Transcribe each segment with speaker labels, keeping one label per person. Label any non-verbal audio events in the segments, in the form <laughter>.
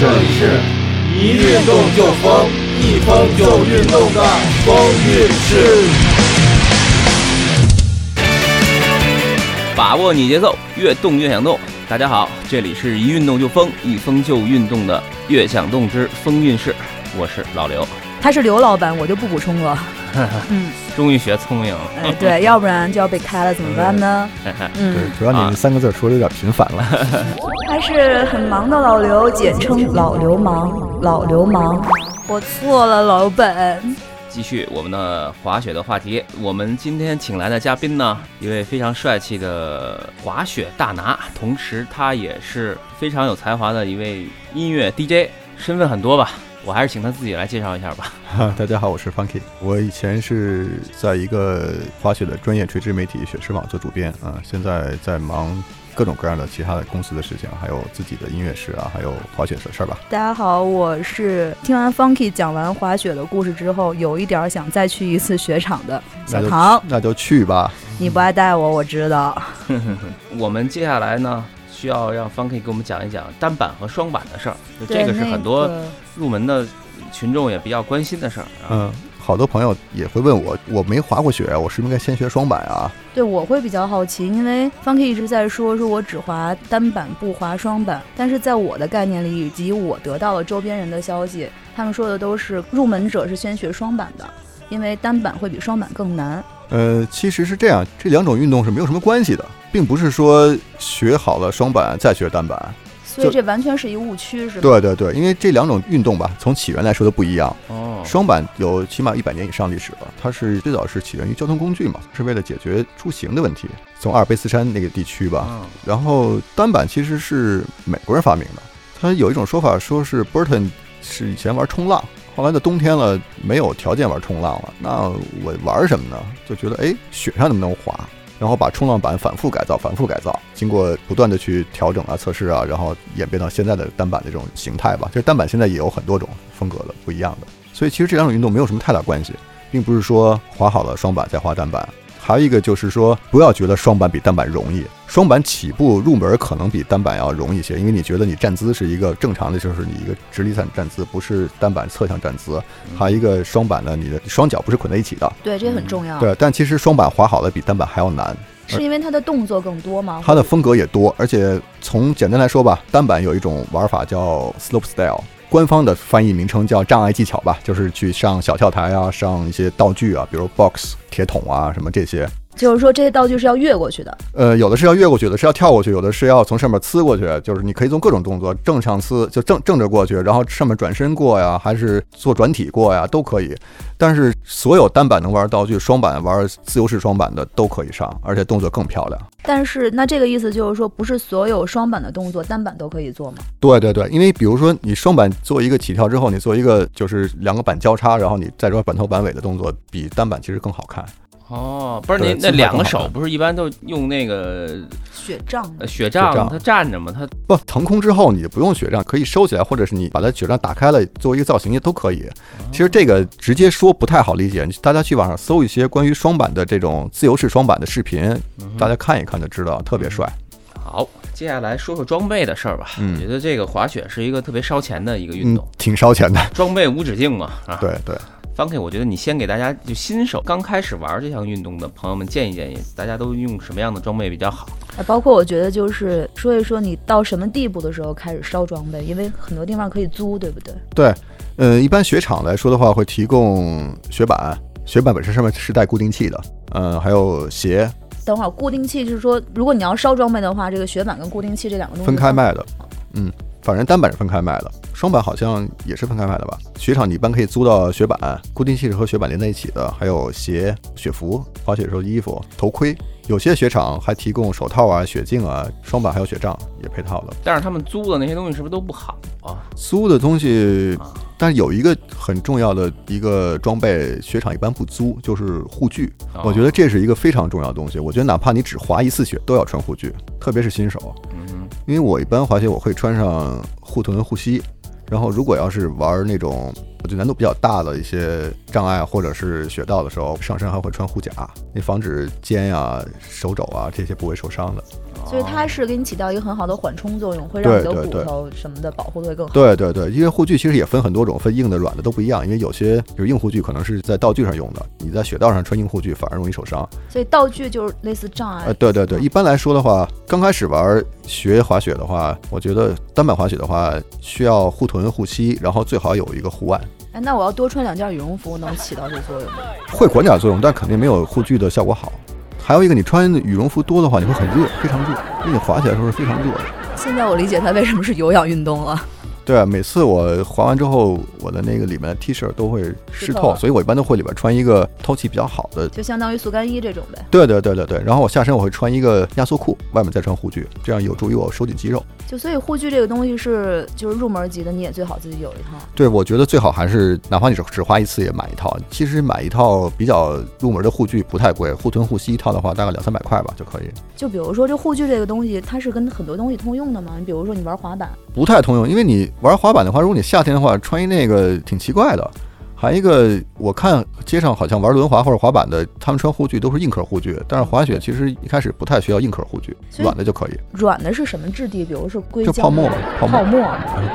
Speaker 1: 这里是一运动就疯，一疯就运动的疯运势。
Speaker 2: 把握你节奏，越动越想动。大家好，这里是一运动就疯，一疯就运动的越想动之风韵事，我是老刘。
Speaker 3: 他是刘老板，我就不补充
Speaker 2: <laughs>
Speaker 3: 了。嗯，
Speaker 2: 终于学聪明了，
Speaker 3: 哎，对，要不然就要被开了，怎么办呢？嗯，
Speaker 4: 主要你
Speaker 2: 啊
Speaker 4: 们三个字儿说的有点频繁 <laughs> 了。
Speaker 3: 还是很忙的老刘，简称老流氓，老流氓。我错了，老板。
Speaker 2: 继续我们的滑雪的话题。我们今天请来的嘉宾呢，一位非常帅气的滑雪大拿，同时他也是非常有才华的一位音乐 DJ，身份很多吧。我还是请他自己来介绍一下吧。
Speaker 4: 大家好，我是 Funky，我以前是在一个滑雪的专业垂直媒体雪狮网做主编啊，现在在忙各种各样的其他的公司的事情，还有自己的音乐室啊，还有滑雪的事儿吧。
Speaker 3: 大家好，我是听完 Funky 讲完滑雪的故事之后，有一点儿想再去一次雪场的小
Speaker 4: 那就
Speaker 3: 唐。
Speaker 4: 那就去吧。
Speaker 3: 你不爱带我，我知道。
Speaker 2: 我们接下来呢，需要让 Funky 给我们讲一讲单板和双板的事儿，就这个是很多入门的群众也比较关心的事儿啊。
Speaker 4: 嗯，好多朋友也会问我，我没滑过雪，我是不是应该先学双板啊？
Speaker 3: 对，我会比较好奇，因为 Funky 一直在说，说我只滑单板不滑双板，但是在我的概念里，以及我得到了周边人的消息，他们说的都是入门者是先学双板的，因为单板会比双板更难。
Speaker 4: 呃，其实是这样，这两种运动是没有什么关系的，并不是说学好了双板再学单板。
Speaker 3: 所以
Speaker 4: 就
Speaker 3: 这完全是一误区，是吧？
Speaker 4: 对对对，因为这两种运动吧，从起源来说都不一样。
Speaker 2: 哦，
Speaker 4: 双板有起码一百年以上历史了，它是最早是起源于交通工具嘛，是为了解决出行的问题，从阿尔卑斯山那个地区吧。
Speaker 2: 嗯
Speaker 4: 然后单板其实是美国人发明的，他有一种说法说是 Burton 是以前玩冲浪，后来的冬天了没有条件玩冲浪了，那我玩什么呢？就觉得哎，雪上能不能滑？然后把冲浪板反复改造，反复改造，经过不断的去调整啊、测试啊，然后演变到现在的单板的这种形态吧。就是单板现在也有很多种风格的不一样的，所以其实这两种运动没有什么太大关系，并不是说滑好了双板再滑单板。还有一个就是说，不要觉得双板比单板容易，双板起步入门可能比单板要容易一些，因为你觉得你站姿是一个正常的，就是你一个直立站站姿，不是单板侧向站姿。还有一个双板呢，你的双脚不是捆在一起的，
Speaker 3: 对，这很重要。，
Speaker 4: 对。但其实双板滑好了比单板还要难，
Speaker 3: 是因为它的动作更多吗？
Speaker 4: 它的风格也多，而且从简单来说吧，单板有一种玩法叫 slope style，官方的翻译名称叫障碍技巧吧，就是去上小跳台啊，上一些道具啊，比如 box、铁桶啊什么这些。
Speaker 3: 就是说这些道具是要越过去的。
Speaker 4: 呃，有的是要越过去，有的是要跳过去，有的是要从上面呲过去，就是你可以做各种动作，正上呲就正正着过去，然后上面转身过呀，还是做转体过呀，都可以。但是所有单板能玩道具，双板玩自由式双板的都可以上，而且动作更漂亮。
Speaker 3: 但是那这个意思就是说，不是所有双板的动作单板都可以做吗？
Speaker 4: 对对对，因为比如说你双板做一个起跳之后，你做一个就是两个板交叉，然后你再做板头板尾的动作，比单板其实更好看。
Speaker 2: 哦，不是你
Speaker 4: 对
Speaker 2: 那
Speaker 4: 自拍
Speaker 2: 两个
Speaker 4: 更好
Speaker 2: 手
Speaker 4: 看
Speaker 2: 不是一般都用那个
Speaker 3: 雪仗
Speaker 2: 呃雪杖，
Speaker 4: 杖
Speaker 2: 它站着嘛，它
Speaker 4: 不腾空之后，你就不用雪杖，可以收起来，或者是你把它雪杖打开了，做一个造型也都可以。
Speaker 2: 哦
Speaker 4: 其实这个直接说不太好理解，大家去网上搜一些关于双板的这种自由式双板的视频，
Speaker 2: 嗯
Speaker 4: 大家看一看就知道，特别帅。
Speaker 2: 好。接下来说说装备的事儿吧。
Speaker 4: 嗯
Speaker 2: 我觉得这个滑雪是一个特别烧钱的一个运
Speaker 4: 嗯
Speaker 2: 动，，
Speaker 4: 挺烧
Speaker 2: <laughs>
Speaker 4: 钱的。
Speaker 2: 装备无止境嘛啊。
Speaker 4: 对对，
Speaker 2: Funky，我觉得你先给大家就新手刚开始玩这项运动的朋友们建议建议，大家都用什么样的装备比较好？
Speaker 3: 哎，包括我觉得就是说一说你到什么地步的时候开始烧装备，因为很多地方可以租，对不对？
Speaker 4: 对，呃，一般雪场来说的话，会提供雪板，雪板本身上面是带固定器的，呃，还有鞋
Speaker 3: 等会儿固定器就是说，如果你要烧装备的话，这个雪板跟固定器这两个东西
Speaker 4: 分开卖的，嗯，反正单板是分开卖的，双板好像也是分开卖的吧？雪场你一般可以租到雪板，固定器是和雪板连在一起的，还有鞋、雪服、滑雪时候的衣服、头盔。有些雪场还提供手套啊、雪镜啊，双板还有雪杖也配套的。
Speaker 2: 但是他们租的那些东西是不是都不好啊？
Speaker 4: 租的东西
Speaker 2: 啊，
Speaker 4: 但是有一个很重要的一个装备，雪场一般不租，就是护具。
Speaker 2: 哦
Speaker 4: 我觉得这是一个非常重要的东西。我觉得哪怕你只滑一次雪，都要穿护具，特别是新手。
Speaker 2: 嗯
Speaker 4: 因为我一般滑雪我会穿上护臀、护膝，然后如果要是玩那种就难度比较大的一些障碍或者是雪道的时候，上身还会穿护甲，那防止肩呀、手肘啊这些部位受伤的。
Speaker 3: 所以它是给你起到一个很好的缓冲作用，会让你的
Speaker 4: 对对
Speaker 3: 骨
Speaker 4: 对
Speaker 3: 头什么的保护的会更好。
Speaker 4: 对对对，因为护具其实也分很多种，分硬的、软的都不一样。因为有些，比如硬护具可能是在道具上用的，你在雪道上穿硬护具反而容易受伤。
Speaker 3: 所以道具就是类似障碍
Speaker 4: 呃，，对对对，一般来说的话，刚开始玩学滑雪的话，我觉得单板滑雪的话需要护臀、护膝，然后最好有一个护腕，
Speaker 3: 哎，那我要多穿两件羽绒服，能起到这作用吗？
Speaker 4: 会管点作用，但肯定没有护具的效果好。还有一个，你穿羽绒服多的话，你会很热，非常热，因为你滑起来的时候是非常热的。
Speaker 3: 现在我理解它为什么是有氧运动了。
Speaker 4: 对，啊每次我滑完之后，我的那个里面的 T 恤都会湿
Speaker 3: 湿透
Speaker 4: 透，
Speaker 3: 了
Speaker 4: 所以我一般都会里边穿一个透气比较好的
Speaker 3: 就相当于速干衣这种呗。
Speaker 4: 对对对对对，然后我下身我会穿一个压缩裤，外面再穿护具，这样有助于我收紧肌肉。
Speaker 3: 就所以护具这个东西是就是入门级的，你也最好自己有一套。
Speaker 4: 对，我觉得最好还是哪怕你只只花一次也买一套。其实买一套比较入门的护具不太贵，护臀护膝一套的话大概两三百块吧就可以，
Speaker 3: 就比如说这护具这个东西，它是跟很多东西通用的嘛。你比如说你玩滑板，
Speaker 4: 不太通用。因为你玩滑板的话，如果你夏天的话穿一那个挺奇怪的。还一个，我看街上好像玩轮滑或者滑板的，他们穿护具都是硬壳护具，但是滑雪其实一开始不太需要硬壳护具，
Speaker 3: <laughs> 所以
Speaker 4: 软的就可以，
Speaker 3: 软的是什么质地？比如是硅
Speaker 4: 就
Speaker 3: 胶、
Speaker 4: 泡沫嘛，泡沫啊
Speaker 3: 泡沫。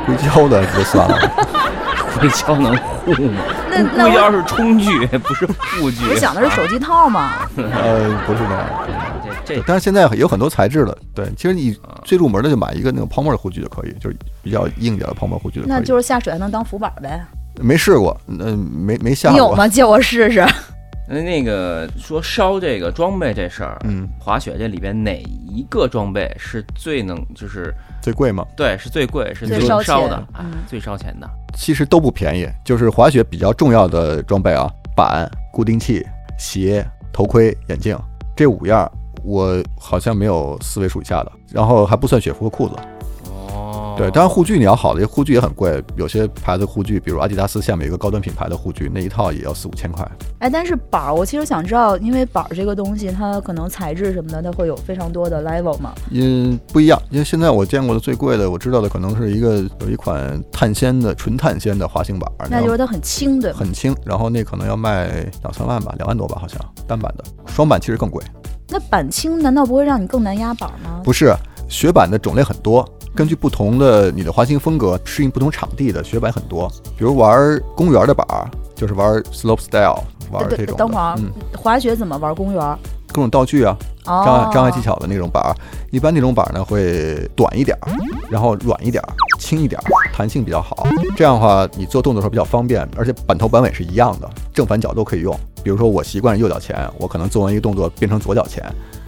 Speaker 4: 硅胶的就算了。
Speaker 2: <laughs> 硅胶嗯能护吗？
Speaker 3: 那那
Speaker 2: 硅胶
Speaker 3: 我
Speaker 2: 是 <laughs> 充具，不是 <laughs> 护具。
Speaker 3: 我想的是手机套嘛。
Speaker 4: 呃，不是这样的。
Speaker 2: 啊，这这
Speaker 4: 但是现在有很多材质了，对，其实你最入门的就买一个那个泡沫的护具就可以，就是比较硬一点的泡沫护具就可以。
Speaker 3: 那就是下水还能当浮板呗。
Speaker 4: 没试过，那、没没下
Speaker 3: 你有
Speaker 4: 过。
Speaker 3: 吗？借我试试。
Speaker 2: 那那个说烧这个装备这事儿，
Speaker 4: 嗯，
Speaker 2: 滑雪这里边哪一个装备是最能就是
Speaker 4: 最贵吗？
Speaker 2: 对是最贵是
Speaker 3: 最
Speaker 2: 能
Speaker 3: 烧
Speaker 2: 烧
Speaker 3: 钱
Speaker 2: 的啊
Speaker 3: 嗯
Speaker 2: 最烧钱的
Speaker 4: 其实都不便宜，就是滑雪比较重要的装备啊，板、固定器、鞋、头盔、眼镜这五样，我好像没有四位数以下的，然后还不算雪服和裤子。
Speaker 2: 哦
Speaker 4: 对，当然护具你要好的，护具也很贵，有些牌子护具，比如阿迪达斯下面有一个高端品牌的护具，那一套也要四五千块。
Speaker 3: 哎，但是板儿，我其实想知道，因为板儿这个东西，它可能材质什么的，它会有非常多的 level 嘛。
Speaker 4: 因不一样，因为现在我见过的最贵的，我知道的可能是一个有一款碳纤的纯碳纤的滑行板，
Speaker 3: 那就是它很轻，对
Speaker 4: 然后
Speaker 3: 吗？
Speaker 4: 很轻，然后那可能要卖两三万吧，两万多吧，好像单板的，双板其实更贵。
Speaker 3: 那板轻难道不会让你更难压板吗？
Speaker 4: 不是，雪板的种类很多，根据不同的你的滑行风格，适应不同场地的雪板很多，比如玩公园的板儿，就是玩 slope style，玩
Speaker 3: 对
Speaker 4: 这
Speaker 3: 对
Speaker 4: 种的，
Speaker 3: 等会儿啊
Speaker 4: 嗯，
Speaker 3: 滑雪怎么玩公园儿？
Speaker 4: 各种道具啊，
Speaker 3: 哦，
Speaker 4: 障碍障碍技巧的那种板儿，一般那种板儿呢会短一点儿，然后软一点儿，轻一点儿，弹性比较好。这样的话，你做动作的时候比较方便，而且板头板尾是一样的，正反脚都可以用。比如说我习惯右脚前，我可能做完一个动作变成左脚前，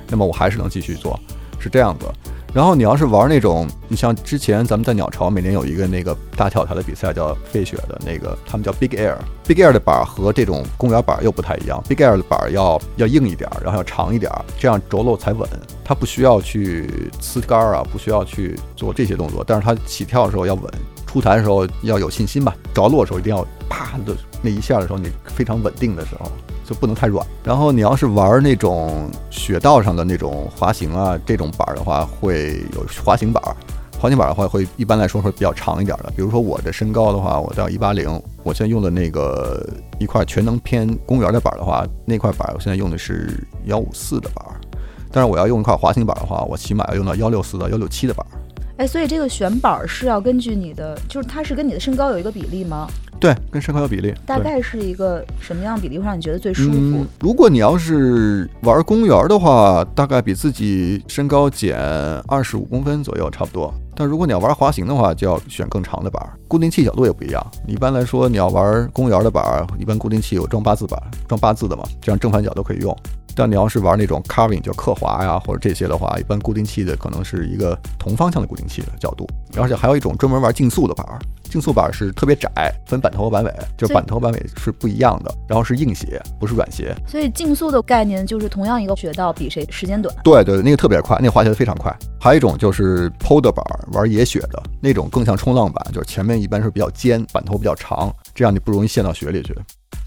Speaker 4: 那么我还是能继续做，是这样子。然后你要是玩那种，你像之前咱们在鸟巢每年有一个那个大跳台的比赛，叫费雪的那个，他们叫 Big Air。Big Air 的板儿和这种公园板儿又不太一样，Big Air 的板儿要要硬一点儿，然后要长一点儿，这样着落才稳。它不需要去呲杆儿啊，不需要去做这些动作，但是它起跳的时候要稳，出台的时候要有信心吧，着落的时候一定要啪的那一下的时候，你非常稳定的时候。就不能太软。然后你要是玩那种雪道上的那种滑行啊，这种板儿的话，会有滑行板儿。滑行板儿的话，会一般来说会比较长一点儿的。比如说我的身高的话，我到一八零，我现在用的那个一块全能偏公园的板儿的话，那块板儿我现在用的是幺五四的板儿。但是我要用一块滑行板儿的话，我起码要用到幺六四到幺六七的板儿。
Speaker 3: 哎，所以这个选板儿是要根据你的，就是它是跟你的身高有一个比例吗？
Speaker 4: 对，跟身高有比例。
Speaker 3: 大
Speaker 4: 对
Speaker 3: 概是一个什么样比例会让你觉得最舒服？
Speaker 4: 嗯。如果你要是玩公园的话，大概比自己身高减二十五公分左右，差不多。但如果你要玩滑行的话，就要选更长的板儿，固定器角度也不一样。一般来说，你要玩公园的板儿，一般固定器有装八字板，装八字的嘛，这样正反角都可以用。但你要是玩那种 carving，就刻滑呀或者这些的话，一般固定器的可能是一个同方向的固定器的角度，而且还有一种专门玩竞速的板儿，竞速板是特别窄，分板头和板尾，就是
Speaker 3: 这
Speaker 4: 板头板尾是不一样的，然后是硬鞋，不是软鞋。
Speaker 3: 所以竞速的概念就是同样一个雪道比谁时间短。
Speaker 4: 对对，那个特别快，那个滑起来非常快。还有一种就是 POD 板儿，玩野雪的那种，更像冲浪板，就是前面一般是比较尖，板头比较长，这样你不容易陷到雪里去。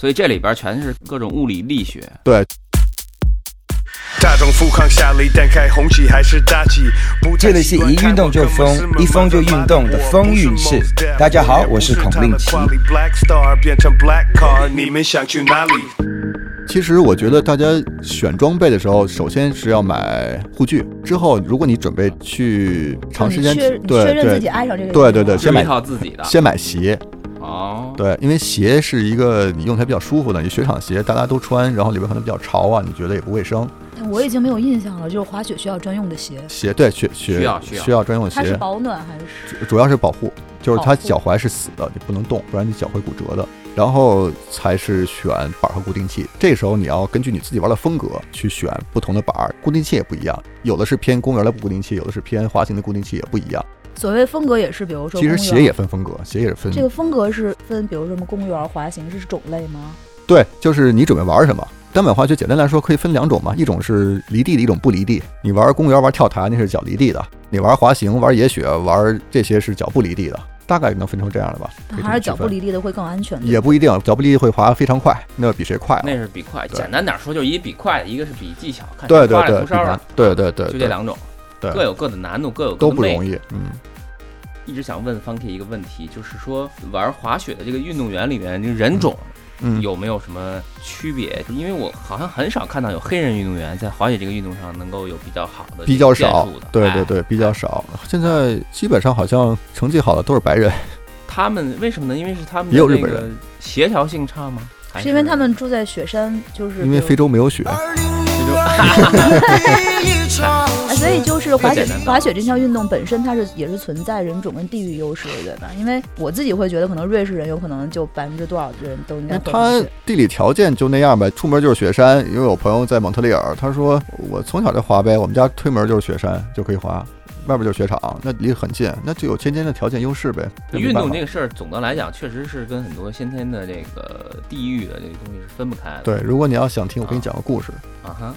Speaker 2: 所以这里边全是各种物理力学。
Speaker 4: 对。
Speaker 5: 大众富康夏利，但开红旗还是大旗。不太
Speaker 6: 这里是
Speaker 5: 习惯
Speaker 6: 一
Speaker 5: 看
Speaker 6: 运动就
Speaker 5: 我
Speaker 6: 疯
Speaker 5: 哥们
Speaker 6: 一疯就运动的风韵事大家好我是孔令奇。
Speaker 5: 我不是 Montana Quali Black Star 变成 Black Car，你们想去哪里？
Speaker 4: 其实我觉得大家选装备的时候，首先是要买护具。之后，如果你准备去长时间
Speaker 3: 你确你
Speaker 4: 对
Speaker 3: 确认自己
Speaker 4: 对
Speaker 3: 爱上这个运动
Speaker 4: 对对对，
Speaker 2: 是
Speaker 4: 先
Speaker 2: 一
Speaker 4: 买
Speaker 2: 套自己的
Speaker 4: 先买鞋，
Speaker 2: 哦，
Speaker 4: 对，因为鞋是一个你用起来比较舒服的，你雪场鞋大家都穿，然后里边可能比较潮啊，你觉得也不卫生。
Speaker 3: 但我已经没有印象了，就是滑雪需要专用的鞋，
Speaker 4: 鞋对雪雪
Speaker 2: 需要需要
Speaker 4: 专用
Speaker 3: 它是
Speaker 4: 鞋，
Speaker 3: 保暖还是？
Speaker 4: 主要是保护，就是它
Speaker 3: 保护
Speaker 4: 脚踝是死的，你不能动，不然你脚会骨折的。然后才是选板和固定器，这时候你要根据你自己玩的风格去选不同的板儿，固定器也不一样，有的是偏公园的固定器，有的是偏滑行的固定器，也不一样。
Speaker 3: 所谓风格也是，比如说
Speaker 4: 其实
Speaker 3: 公园
Speaker 4: 鞋也分风格，鞋也是分
Speaker 3: 这个风格是分，比如说什么公园滑行是种类吗？
Speaker 4: 对，就是你准备玩什么。单板滑雪简单来说可以分两种嘛，一种是离地的，一种不离地。你玩公园玩跳台那是脚离地的，你玩滑行、玩野雪、玩这些是脚不离地的，大概能分成这样的吧。可以这么
Speaker 3: 还是
Speaker 4: 区
Speaker 3: 脚不
Speaker 4: 分
Speaker 3: 离地的会更安全？对吧
Speaker 4: 也不一定，脚不离地会滑非常快，那比谁快啊、
Speaker 2: 那是比快，
Speaker 4: 对
Speaker 2: 简单点说就是一比快的，一个是比技巧，看
Speaker 4: 啊对对
Speaker 2: 花里
Speaker 4: 对，
Speaker 2: 胡哨
Speaker 4: 比
Speaker 2: 的
Speaker 4: 难，对对对，
Speaker 2: 就
Speaker 4: 对
Speaker 2: 这两种，
Speaker 4: 对
Speaker 2: 各有各的难度，各有各
Speaker 4: 都
Speaker 2: 的
Speaker 4: 不
Speaker 2: 魅
Speaker 4: 容
Speaker 2: 力。
Speaker 4: 易。嗯，
Speaker 2: 一直想问 Funky 一个问题，就是说玩滑雪的这个运动员里面，这个人种
Speaker 4: 嗯
Speaker 2: 有没有什么区别？因为我好像很少看到有黑人运动员在滑雪这个运动上能够有比较好的
Speaker 4: 比较
Speaker 2: 建
Speaker 4: 少
Speaker 2: 树的，
Speaker 4: 对对
Speaker 2: 哎
Speaker 4: 对，比较少。现在基本上好像成绩好的都是白人，
Speaker 2: 他们为什么呢？因为是他们
Speaker 4: 也有
Speaker 2: 的
Speaker 4: 日
Speaker 2: 这
Speaker 4: 本
Speaker 2: 个
Speaker 4: 人
Speaker 2: 协调性差吗？还
Speaker 3: 是因为他们住在雪山，就是
Speaker 4: 因为
Speaker 3: 比如
Speaker 4: 非洲没有雪。
Speaker 3: 啊，所以就是滑雪
Speaker 2: 这简单，的
Speaker 3: 滑雪这项运动本身它是也是存在人种跟地域优势的，对吧？因为我自己会觉得，可能瑞士人有可能就百分之多少的人都应该
Speaker 4: 那
Speaker 3: 会滑
Speaker 4: 他
Speaker 3: 雪
Speaker 4: 地理条件就那样呗，出门就是雪山。因为我朋友在蒙特利尔，他说我从小就滑呗，我们家推门就是雪山就可以滑，外边就是雪场，那离得很近，那就有先天的条件优势呗。那没
Speaker 2: 运动
Speaker 4: 办法
Speaker 2: 这个事儿，总的来讲，确实是跟很多先天的这个地域的这个东西是分不开的。
Speaker 4: 对，如果你要想听，我给你讲个故事。
Speaker 2: 啊哈，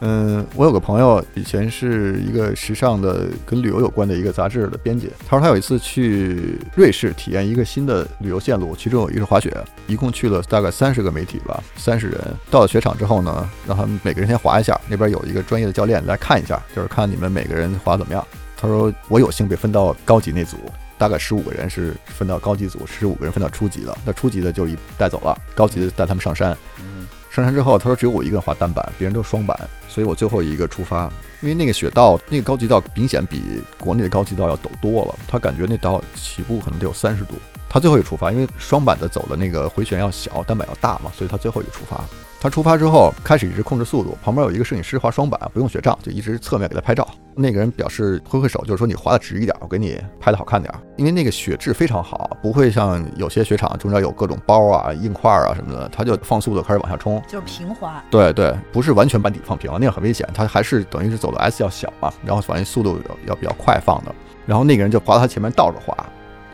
Speaker 4: 嗯，我有个朋友以前是一个时尚的跟旅游有关的一个杂志的编辑，他说他有一次去瑞士体验一个新的旅游线路，其中有一个是滑雪，一共去了大概三十个媒体吧，三十人。到了雪场之后呢，让他们每个人先滑一下，那边有一个专业的教练来看一下，就是看你们每个人滑怎么样。他说我有幸被分到高级那组，大概十五个人是分到高级组，十五个人分到初级的，那初级的就一带走了，高级的带他们上山。
Speaker 2: 嗯，
Speaker 4: 上山之后，他说只有我一个人滑单板，别人都是双板，所以我最后一个出发。因为那个雪道，那个高级道明显比国内的高级道要陡多了，他感觉那道起步可能得有三十度。他最后一个出发，因为双板的走的那个回旋要小，单板要大嘛，所以他最后一个出发。他出发之后开始一直控制速度，旁边有一个摄影师滑双板，不用雪杖，就一直侧面给他拍照。那个人表示挥挥手，就是说你滑的直一点，我给你拍的好看点儿。因为那个雪质非常好，不会像有些雪场中间有各种包啊、硬块啊什么的，他就放速度开始往下冲。
Speaker 3: 就是平滑，
Speaker 4: 对对，不是完全把底放平了，那样很危险。他还是等于是走的 S 要小嘛，然后反正速度要要比较快放的。然后那个人就滑到他前面倒着滑，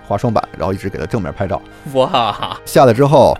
Speaker 4: 滑双板，然后一直给他正面拍照。
Speaker 2: 哇，
Speaker 4: 下来之后，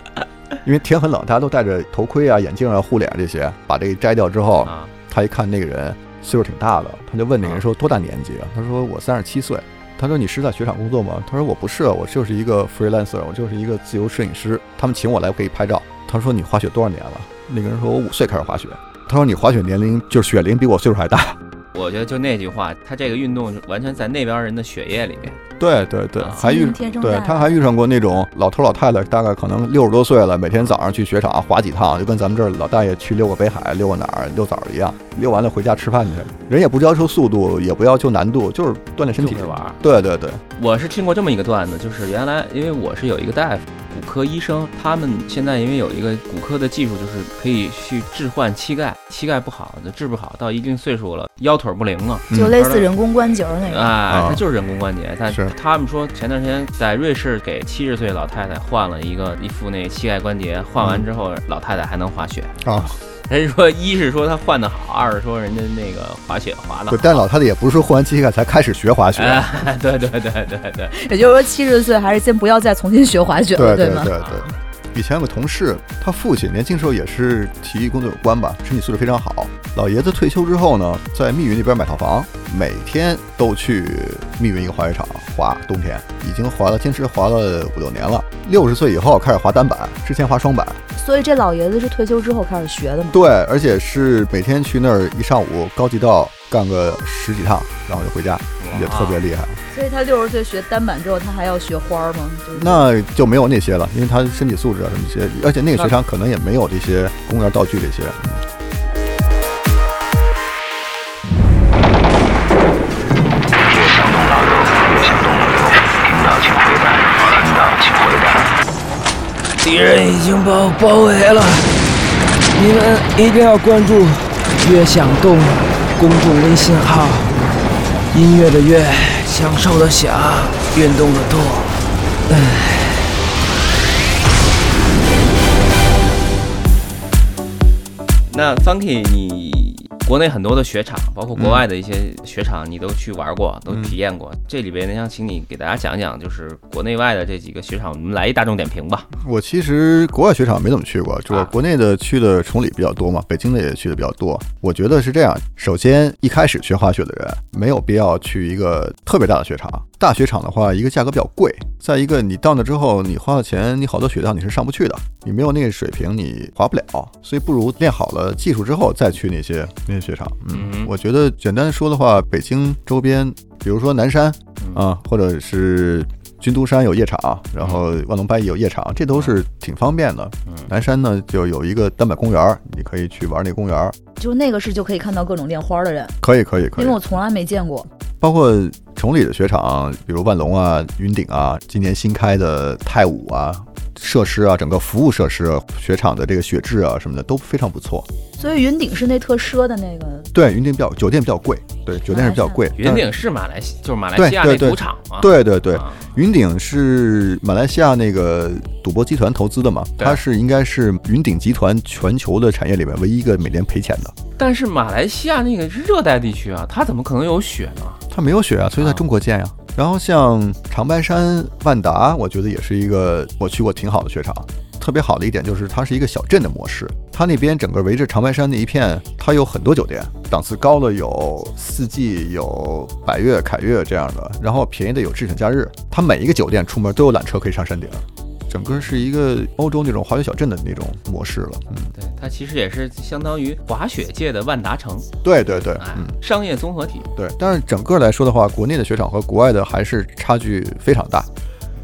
Speaker 4: 因为天很冷，大家都戴着头盔啊、眼镜啊、护脸这些，把这个摘掉之后，
Speaker 2: 啊，
Speaker 4: 他一看那个人岁数挺大的，他就问那个人说多大年纪啊？他说我三十七岁。他说你是在雪场工作吗？他说我不是，我就是一个 freelancer，我就是一个自由摄影师。他们请我来，我给你拍照。他说你滑雪多少年了？那个人说我五岁开始滑雪。他说你滑雪年龄就是雪龄比我岁数还大。
Speaker 2: 我觉得就那句话，他这个运动是完全在那边人的血液里面。
Speaker 4: 对对对，
Speaker 2: 啊
Speaker 4: 还
Speaker 3: 基
Speaker 4: 遇
Speaker 3: 因天生
Speaker 4: 对
Speaker 3: 带，
Speaker 4: 他还遇上过那种老头老太太，大概可能六十多岁了，每天早上去雪场滑几趟，就跟咱们这儿老大爷去溜个北海、溜个哪儿、溜枣儿一样，溜完了回家吃饭去。人也不要求速度，也不要求难度，就是锻炼身体
Speaker 2: 就会玩儿
Speaker 4: 对对对，
Speaker 2: 我是听过这么一个段子，就是原来因为我是有一个大夫，骨科医生，他们现在因为有一个骨科的技术，就是可以去置换膝盖，膝盖不好就治不好，到一定岁数了，腰腿不灵了。
Speaker 4: <laughs>
Speaker 3: 就类
Speaker 2: 玩
Speaker 3: 似
Speaker 2: 儿
Speaker 3: 人工关节儿那个。
Speaker 2: 哎
Speaker 4: 嗯啊，
Speaker 2: 它就是人工关节。但
Speaker 4: 是
Speaker 2: 他们说前段时间在瑞士给七十岁老太太换了一个一副那膝盖关节，换完之后老太太还能滑雪。
Speaker 4: 啊，
Speaker 2: 人家说一是说她换的好，二是说人家那个滑雪滑的
Speaker 4: 对，。但老太太也不是换完膝盖才开始
Speaker 2: <laughs>
Speaker 4: 学滑雪，
Speaker 2: 哎， <laughs> 对对对对对，
Speaker 3: 也就是说，七十岁还是先不要再重新学滑雪了，
Speaker 4: 对对
Speaker 3: 吗？
Speaker 4: 对对。以前有个同事，他父亲年轻时候也是体育工作有关吧，身体素质非常好。老爷子退休之后呢，在密云那边买套房，每天都去密云一个滑雪场滑，冬天已经滑了，坚持滑了五六年了。六十岁以后开始滑单板，之前滑双板，
Speaker 3: 所以这老爷子是退休之后开始学的嘛？
Speaker 4: 对，而且是每天去那儿一上午，高级道干个十几趟，然后就回家，也特别厉害。
Speaker 3: 所以他六十岁学单板之后，他还要学花儿吗？就是
Speaker 4: 那就没有那些了，因为他身体素质啊什么一些，而且那个雪场可能也没有这些公园道具这些。
Speaker 2: 敌人已经把我包围了。
Speaker 7: 你们一定要关注“乐享动”公众微信号，音乐的乐，享受的享，运动的动。
Speaker 2: 那 Funky，你国内很多的雪场，包括国外的一些雪场，你都去玩过，
Speaker 4: 嗯
Speaker 2: 都体验过。这里边呢，想请你给大家讲讲，就是国内外的这几个雪场，我们来一大众点评吧。
Speaker 4: 我其实国外雪场没怎么去过，就我
Speaker 2: 啊
Speaker 4: 国内的去的崇礼比较多嘛，北京的也去的比较多。我觉得是这样，首先一开始学滑雪的人没有必要去一个特别大的雪场，大雪场的话，一个价格比较贵，再一个你到那之后，你花了钱，你好多雪道你是上不去的，你没有那个水平，你滑不了，所以不如练好了技术之后再去那些那些雪场。
Speaker 2: 嗯哼
Speaker 4: 我觉得简单说的话，北京周边，比如说南山
Speaker 2: 嗯
Speaker 4: 啊，或者是军都山有夜场，然后万龙八也有夜场，
Speaker 2: 嗯
Speaker 4: 这都是挺方便的。南山呢就有一个单板公园儿，你可以去玩那公园儿，
Speaker 3: 就那个是就可以看到各种练花儿的人，
Speaker 4: 可以可以可以
Speaker 3: 因为。我从来没见过。
Speaker 4: 包括崇礼的雪场，比如万隆啊、云顶啊，今年新开的泰武啊。设施啊，整个服务设施、雪场的这个雪质啊什么的都非常不错。
Speaker 3: 所以云顶是那特奢的那个，
Speaker 4: 对，云顶比较酒店比较贵，对，酒店是比较
Speaker 3: 啊
Speaker 4: 贵。
Speaker 2: 云
Speaker 4: 但
Speaker 2: 顶是马来西，就是马来
Speaker 4: 对
Speaker 2: 西亚
Speaker 4: 对
Speaker 2: 那
Speaker 4: 对
Speaker 2: 赌场嘛。
Speaker 4: 对对对，
Speaker 2: 啊
Speaker 4: 云顶是马来西亚那个赌博集团投资的嘛？
Speaker 2: 对
Speaker 4: 它是应该是云顶集团全球的产业里面唯一一个每年赔钱的。
Speaker 2: 但是马来西亚那个是热带地区啊，它怎么可能有雪呢？
Speaker 4: 它没有雪啊，所以在中国建呀、然后像长白山、万达，我觉得也是一个我去过挺好的雪场。特别好的一点就是它是一个小镇的模式，它那边整个围着长白山那一片，它有很多酒店，档次高的有四季、有百悦、凯悦这样的，然后便宜的有智选假日。它每一个酒店出门都有缆车可以上山顶，
Speaker 2: 哎
Speaker 4: 整个是一个欧洲那种滑雪小镇的那种模式了。嗯，
Speaker 2: 对，它其实也是相当于滑雪界的万达城，
Speaker 4: 对对对，
Speaker 2: 哎
Speaker 4: 嗯，，
Speaker 2: 商业综合体。
Speaker 4: 对，但是整个来说的话，国内的雪场和国外的还是差距非常大。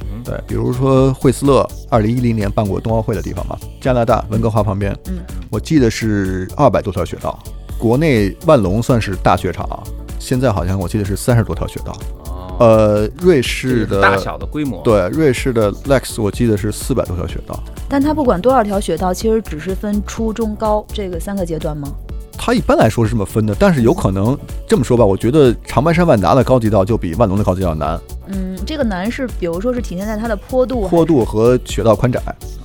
Speaker 2: 嗯
Speaker 4: 对，比如说惠斯勒，二零一零年办过冬奥会的地方嘛，加拿大温哥华旁边，
Speaker 3: 嗯，
Speaker 4: 我记得是二百多条雪道。国内万隆算是大雪场，啊现在好像我记得是三十多条雪道。
Speaker 2: 哦，
Speaker 4: 呃，瑞
Speaker 2: 这
Speaker 4: 士
Speaker 2: 就是
Speaker 4: 的
Speaker 2: 大小的规模。
Speaker 4: 对，瑞士的 Lex 我记得是四百多条雪道。
Speaker 3: 但它不管多少条雪道，其实只是分初中高这个三个阶段吗？
Speaker 4: 它一般来说是这么分的，但是有可能这么说吧，我觉得长白山万达的高级道就比万隆的高级道难，
Speaker 3: 嗯，这个难是比如说是体现在它的坡度还啊
Speaker 4: 坡度和雪道宽窄。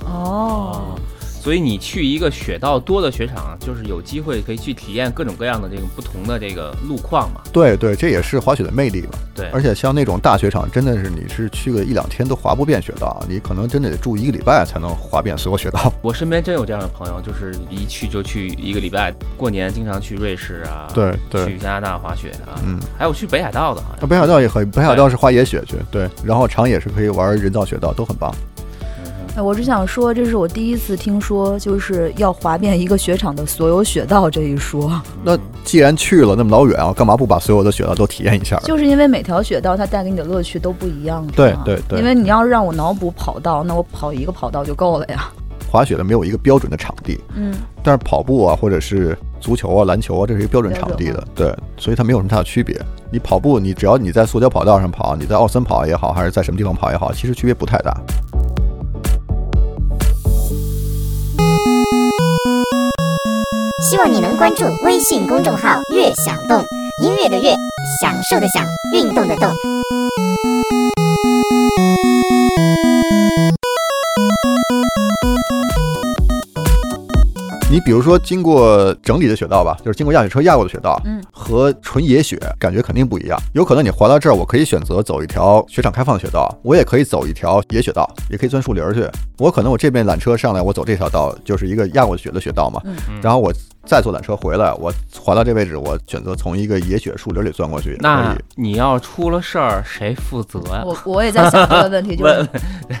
Speaker 3: 哦
Speaker 2: 哦，所以你去一个雪道多的雪场，啊就是有机会可以去体验各种各样的这种不同的这个路况嘛。
Speaker 4: 对对，这也是滑雪的魅力嘛。
Speaker 2: 对，
Speaker 4: 而且像那种大雪场，真的是你是去个一两天都滑不遍雪道，你可能真的得住一个礼拜才能滑遍所有雪道。
Speaker 2: 我身边真有这样的朋友，就是一去就去一个礼拜，过年经常去瑞士啊，，
Speaker 4: <laughs> 对
Speaker 2: 去，加拿大滑雪啊，
Speaker 4: 嗯，啊
Speaker 2: 还有去北海道的，好
Speaker 4: 那
Speaker 2: 像。
Speaker 4: 北海道也很，北海道是滑野雪去，对，然后长野是可以玩人造雪道，都很棒。
Speaker 3: 哎，我只想说，这是我第一次听说，就是要滑遍一个雪场的所有雪道这一
Speaker 4: <laughs>
Speaker 3: 说，
Speaker 2: 嗯
Speaker 4: 那既然去了那么老远啊，干嘛不把所有的雪道都体验一下？
Speaker 3: 就是因为每条雪道它带给你的乐趣都不一样，是
Speaker 4: 对
Speaker 3: 吗
Speaker 4: 对对
Speaker 3: 因为你要是让我脑补跑道，那我跑一个跑道就够了呀。
Speaker 4: 滑雪的没有一个标准的场地，
Speaker 3: 嗯，
Speaker 4: 但是跑步啊，或者是足球啊、篮球啊，这是一个标准场地的，对，所以它没有什么太大区别。你跑步，你只要你在塑胶跑道上跑，你在奥森跑也好，还是在什么地方跑也好，其实区别不太大。
Speaker 8: 希望你能关注微信公众号“乐享动”，音乐的乐，享受的享，运动的动。
Speaker 4: 你比如说经过整理的雪道吧，就是经过压雪车压过的雪道，
Speaker 3: 嗯，
Speaker 4: 和纯野雪感觉肯定不一样。有可能你滑到这儿，我可以选择走一条雪场开放的雪道，我也可以走一条野雪道，也可以钻树林儿去。我可能我这边缆车上来，我走这条道就是一个压过雪的雪道嘛，
Speaker 3: 嗯
Speaker 4: 然后我再坐缆车回来，我滑到这位置，我选择从一个野雪树林里钻过去也可
Speaker 2: 那
Speaker 4: 以。
Speaker 2: 你要出了事儿，谁负责呀？
Speaker 3: 我我也在想这个问题，就是
Speaker 4: <laughs>
Speaker 2: 问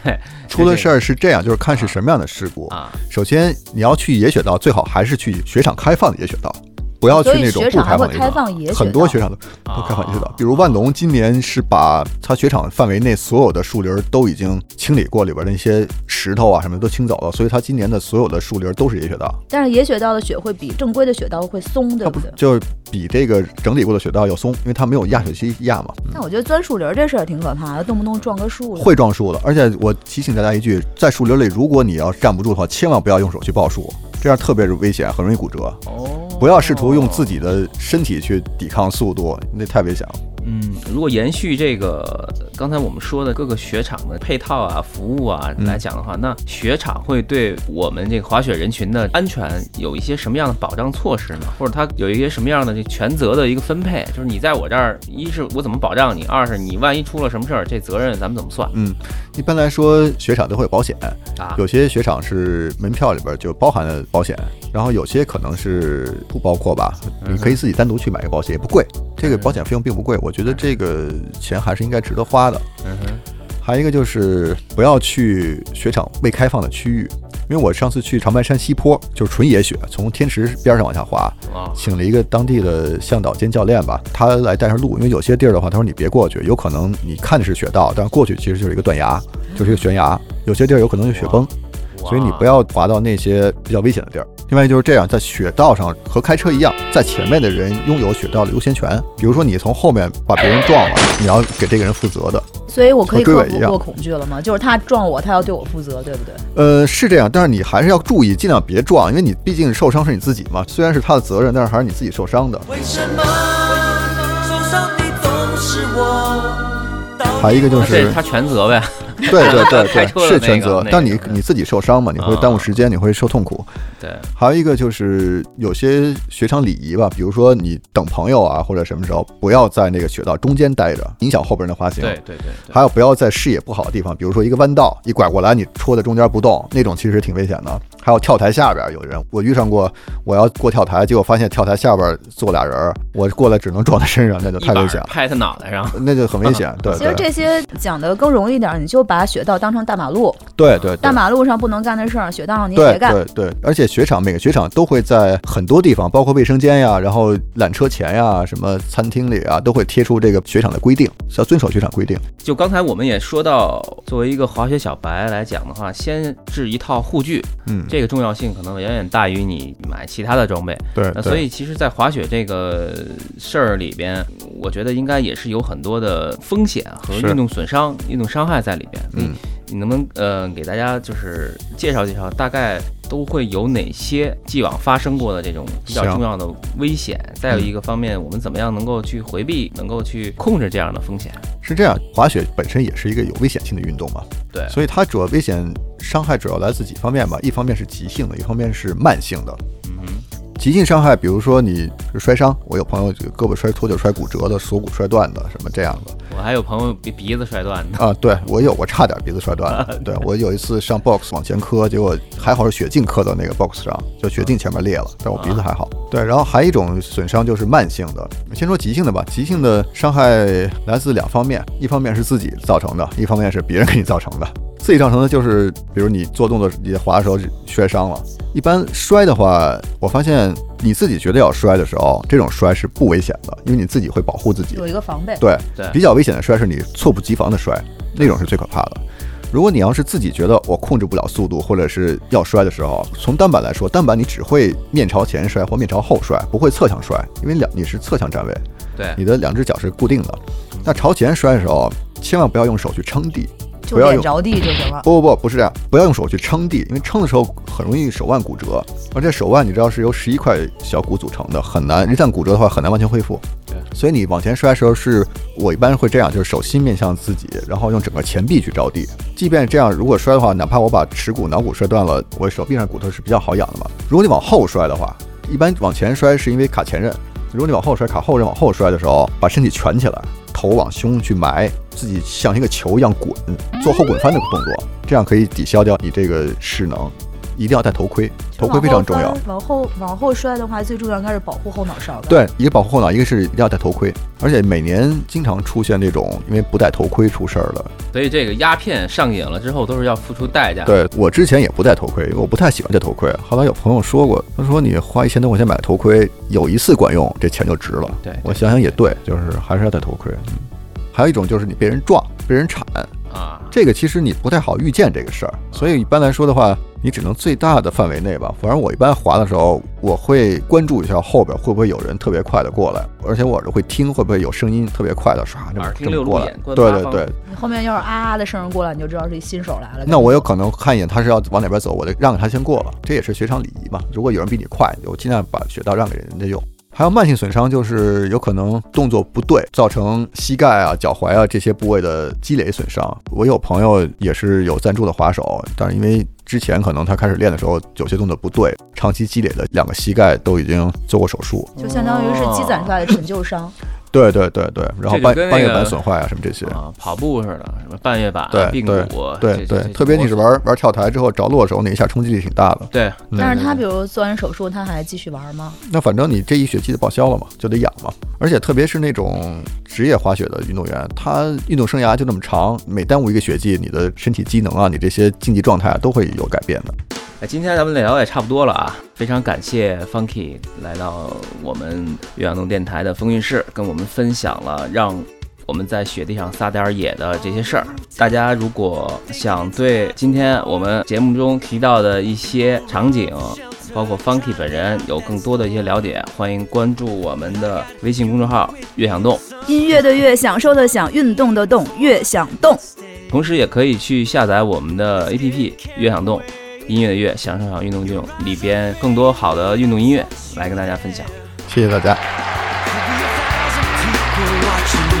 Speaker 2: 对，
Speaker 4: 出了事
Speaker 2: 儿
Speaker 4: 儿是这样，就是看是什么样的事故。
Speaker 2: 啊，
Speaker 4: 首先，你要去野雪道，最好还是去雪场开放的野雪道，不要去
Speaker 3: 哦所以
Speaker 4: 那种
Speaker 3: 雪
Speaker 4: 不
Speaker 3: 场还
Speaker 4: 开
Speaker 3: 会
Speaker 4: 放的野
Speaker 3: 开放野
Speaker 4: 雪道。
Speaker 3: 雪道，
Speaker 4: 很多雪场都都开放野雪道，比如万隆今年是把它雪场范围内所有的树林儿都已经清理过，里边的那些石头啊什么的都清走了，所以它今年的所有的树林儿都是野雪道。
Speaker 3: 但是野雪道的雪会比正规的雪道会松，对
Speaker 4: 它
Speaker 3: 不
Speaker 4: 不
Speaker 3: 对？
Speaker 4: 就是比这个整理过的雪道要松，因为它没有压雪机压嘛，
Speaker 3: 但我觉得钻树林儿这事儿挺可怕的，动不动撞个树的。
Speaker 4: 会撞树的。而且我提醒大家一句，在树林里，如果你要站不住的话，千万不要用手去抱树，这样特别危险，很容易骨折。
Speaker 2: 哦
Speaker 4: 不要试图用自己的身体去抵抗速度，那太危险了。
Speaker 2: 嗯，如果延续这个刚才我们说的各个雪场的配套啊、服务啊
Speaker 4: 嗯
Speaker 2: 来讲的话，那雪场会对我们这个滑雪人群的安全有一些什么样的保障措施呢？或者它有一些什么样的这权责的一个分配？就是你在我这儿，一是我怎么保障你，二是你万一出了什么事儿，这责任咱们怎么算
Speaker 4: 嗯，一般来说，雪场都会有保险，
Speaker 2: 啊？
Speaker 4: 有些雪场是门票里边就包含了保险，然后有些可能是不包括吧，
Speaker 2: 嗯
Speaker 4: 你可以自己单独去买一个保险，也不贵。这个保险费用并不贵，我觉得这个钱还是应该值得花的。
Speaker 2: 嗯哼，
Speaker 4: 还有一个就是不要去雪场未开放的区域，因为我上次去长白山西坡就是纯野雪，从天池边上往下滑，
Speaker 2: 啊、
Speaker 4: 请了一个当地的向导兼教练吧，他来带上路，因为有些地儿的话，他说你别过去，有可能你看的是雪道，但是过去其实就是一个断崖，就是一个悬崖，有些地儿有可能是雪崩，
Speaker 2: 哇
Speaker 4: 所以你不要滑到那些比较危险的地儿。另外就是这样，在雪道上和开车一样，在前面的人拥有雪道的优先权，比如说你从后面把别人撞了，你要给这个人负责的。
Speaker 3: 所以我可以
Speaker 4: 和追
Speaker 3: 克
Speaker 4: 尾
Speaker 3: 服
Speaker 4: 一样
Speaker 3: 过恐惧了吗？就是他撞我，他要对我负责，对不对？
Speaker 4: 呃，是这样，但是你还是要注意，尽量别撞，因为你毕竟受伤是你自己嘛。虽然是他的责任，但是还是你自己受伤的。
Speaker 9: 为什么受伤的总是我？
Speaker 4: 还有一个就
Speaker 2: 那这
Speaker 4: 是
Speaker 2: 是他全责呗，
Speaker 4: 对
Speaker 2: <laughs>
Speaker 4: 对对
Speaker 2: 开车的
Speaker 4: 对，是
Speaker 2: 那
Speaker 4: 全
Speaker 2: 个啊
Speaker 4: 责
Speaker 2: 那，
Speaker 4: 但
Speaker 2: 个
Speaker 4: 你你自己受伤嘛，你会耽误时间，你会受痛苦。
Speaker 2: 对，
Speaker 4: 还有一个就是有些雪场礼仪吧，比如说你等朋友啊，或者什么时候不要在那个雪道中间待着，影响后边人的滑行。
Speaker 2: 对对对对，
Speaker 4: 还有不要在视野不好的地方，比如说一个弯道，一拐过来你戳在中间不动，那种其实挺危险的。还有跳台下边有人，我遇上过，我要过跳台，结果发现跳台下边坐俩人儿，我过来只能撞他身上，那就
Speaker 2: 一
Speaker 4: 太
Speaker 2: 板
Speaker 4: 危险了，
Speaker 2: 拍他脑袋上，
Speaker 4: <laughs> 那就很危险。对
Speaker 3: 其实
Speaker 4: 对
Speaker 3: 这些讲的更容易一点儿，你就把雪道当成大马路，
Speaker 4: 对对对
Speaker 3: 大。马路上不能干的事儿，雪道上你也
Speaker 4: 对
Speaker 3: 别干。
Speaker 4: 对对，而且雪场每个雪场都会在很多地方，包括卫生间呀，然后缆车前呀，什么餐厅里啊，都会贴出这个雪场的规定，是要遵守雪场规定。
Speaker 2: 就刚才我们也说到，作为一个滑雪小白来讲的话，先制一套护具，
Speaker 4: 嗯，
Speaker 2: 这个重要性可能远远大于你买其他的装备。
Speaker 4: 呃对
Speaker 2: 呃那所以其实，在滑雪这个事儿里边，我觉得应该也是有很多的风险和
Speaker 4: 是
Speaker 2: 运动损伤、运动伤害在里边。
Speaker 4: 嗯，
Speaker 2: 你能不能呃给大家就是介绍介绍，大概都会有哪些既往发生过的这种比较
Speaker 4: 行
Speaker 2: 重要的危险？再有一个方面，我们怎么样能够去回避，能够去控制这样的风险？
Speaker 4: 是这样，滑雪本身也是一个有危险性的运动嘛，
Speaker 2: 对，
Speaker 4: 所以它主要危险伤害主要来自几方面吧，一方面是急性的，一方面是慢性的。
Speaker 2: 嗯哼。
Speaker 4: 急性伤害，比如说你摔伤，我有朋友就胳膊摔脱臼、摔骨折的，锁骨摔断的，什么这样的。
Speaker 2: 我还有朋友鼻鼻子摔断
Speaker 4: <laughs>
Speaker 2: 的，
Speaker 4: 啊，对我有，我差点鼻子摔断了。对我有一次上 box 往前磕，结果还好是雪镜磕到那个 box 上，就雪镜前面裂了，但我鼻子还好。对，然后还有一种损伤就是慢性的，先说急性的吧。急性的伤害来自两方面，一方面是自己造成的，一方面是别人给你造成的。自己造成的就是，比如你做动作，你滑的时候摔伤了。一般摔的话，我发现你自己觉得要摔的时候，这种摔是不危险的，因为你自己会保护自己。
Speaker 3: 有一个防备，
Speaker 4: 对，
Speaker 2: 对
Speaker 4: 比较危险的摔是你猝不及防的摔，那种是最可怕的。如果你要是自己觉得我控制不了速度，或者是要摔的时候，从单板来说，单板你只会面朝前摔或面朝后摔，不会侧向摔，因为两你是侧向站位，
Speaker 2: 对，
Speaker 4: 你的两只脚是固定的。那朝前摔的时候，千万不要用手去撑地，
Speaker 3: 就
Speaker 4: 不要
Speaker 3: 脸
Speaker 4: 用
Speaker 3: 着地就行了。
Speaker 4: 不不不，不是这样，不要用手去撑地，因为撑的时候很容易手腕骨折，而这手腕你知道是由十一块小骨组成的，很难一旦骨折的话很难完全恢复。
Speaker 2: 对，
Speaker 4: 所以你往前摔的时候是，我一般会这样，就是手心面向自己，然后用整个前臂去着地。即便这样，如果摔的话，哪怕我把耻骨、脑骨摔断了，我手臂上骨头是比较好养的嘛。如果你往后摔的话，一般往前摔是因为卡前刃，如果你往后摔，卡后刃往后摔的时候，把身体蜷起来，头往胸去埋，自己像一个球一样滚，做后滚翻的动作，这样可以抵消掉你这个势能。一定要戴头盔，头盔非常重要。
Speaker 3: 往后往后摔的话，最重要应该是保护后脑勺的。，
Speaker 4: 对，一个保护后脑，一个是一定要戴头盔，而且每年经常出现这种因为不戴头盔出事儿的。
Speaker 2: 所以这个鸦片上瘾了之后都是要付出代价。，
Speaker 4: 对我之前也不戴头盔，因为我不太喜欢戴头盔。后来有朋友说过，他说你花一千多块钱买头盔，有一次管用，这钱就值了。
Speaker 2: 对
Speaker 4: 我
Speaker 2: 对
Speaker 4: 想想也对，就是还是要戴头盔。嗯还有一种就是你被人撞、被人铲，
Speaker 2: 啊，
Speaker 4: 这个其实你不太好预见这个事儿，所以一般来说的话，你只能最大的范围内吧。反正我一般滑的时候，我会关注一下后边会不会有人特别快的过来，而且我耳朵会听会不会有声音特别快的唰这么
Speaker 2: 耳听
Speaker 4: 这
Speaker 2: 六
Speaker 4: 么
Speaker 2: 路
Speaker 4: 过来
Speaker 2: 眼观。
Speaker 4: 对
Speaker 2: 八
Speaker 4: 对
Speaker 2: 方
Speaker 4: 对，
Speaker 3: 你后面要是啊啊的声儿过来，你就知道是一新手来了。
Speaker 4: 那我有可能看一眼他是要往哪边走，我就让给他先过了，这也是雪场礼仪嘛。如果有人比你快，我尽量把雪道让给人家用。还有慢性损伤，就是有可能动作不对，造成膝盖啊、脚踝啊这些部位的积累损伤。我有朋友也是有赞助的滑手，但是因为之前可能他开始练的时候有些动作不对，长期积累的两个膝盖都已经做过手术。
Speaker 3: 就相当于是积攒出来的陈旧
Speaker 4: 啊
Speaker 3: 伤。
Speaker 4: 对对对对，然
Speaker 2: 这
Speaker 4: 后
Speaker 2: 就
Speaker 4: 半
Speaker 2: 跟那
Speaker 4: 半月
Speaker 2: 个
Speaker 4: 板损坏啊什么这些。
Speaker 2: 啊，跑步似的，什么半月板、啊
Speaker 4: 对
Speaker 2: 髌
Speaker 4: 对
Speaker 2: 骨，这
Speaker 4: 对对，特别你是。玩玩跳台之后着落的时候，那一下冲击力挺大的。嗯
Speaker 2: 这这对，
Speaker 3: <laughs> 但是他
Speaker 2: 对
Speaker 3: 比如做完手术，他还继续玩吗？
Speaker 4: 那反正你这一学期的报销了嘛，就得养嘛。而且特别是那种职业滑雪的运动员，他运动生涯就那么长，每耽误一个学季，你的身体机能啊，你这些竞技状态啊，都会有改变的。
Speaker 2: 哎，今天咱们聊也差不多了啊，非常感谢 Funky 来到我们岳阳东电台的风韵室，跟我们分享了让我们在雪地上撒点儿野的这些事儿。大家如果想对今天我们节目中提到的一些场景，包括 Funky 本人有更多的一些了解，欢迎关注我们的微信公众号“悦享动”。
Speaker 3: 音乐的乐，享受的享，运动的动，越想动。
Speaker 2: 同时也可以去下载我们的 APP 乐享动，音乐的乐，享受享运动这种里边更多好的运动音乐来跟大家分享。
Speaker 4: 谢谢大家。
Speaker 9: Could be a thousand people watching me Oh,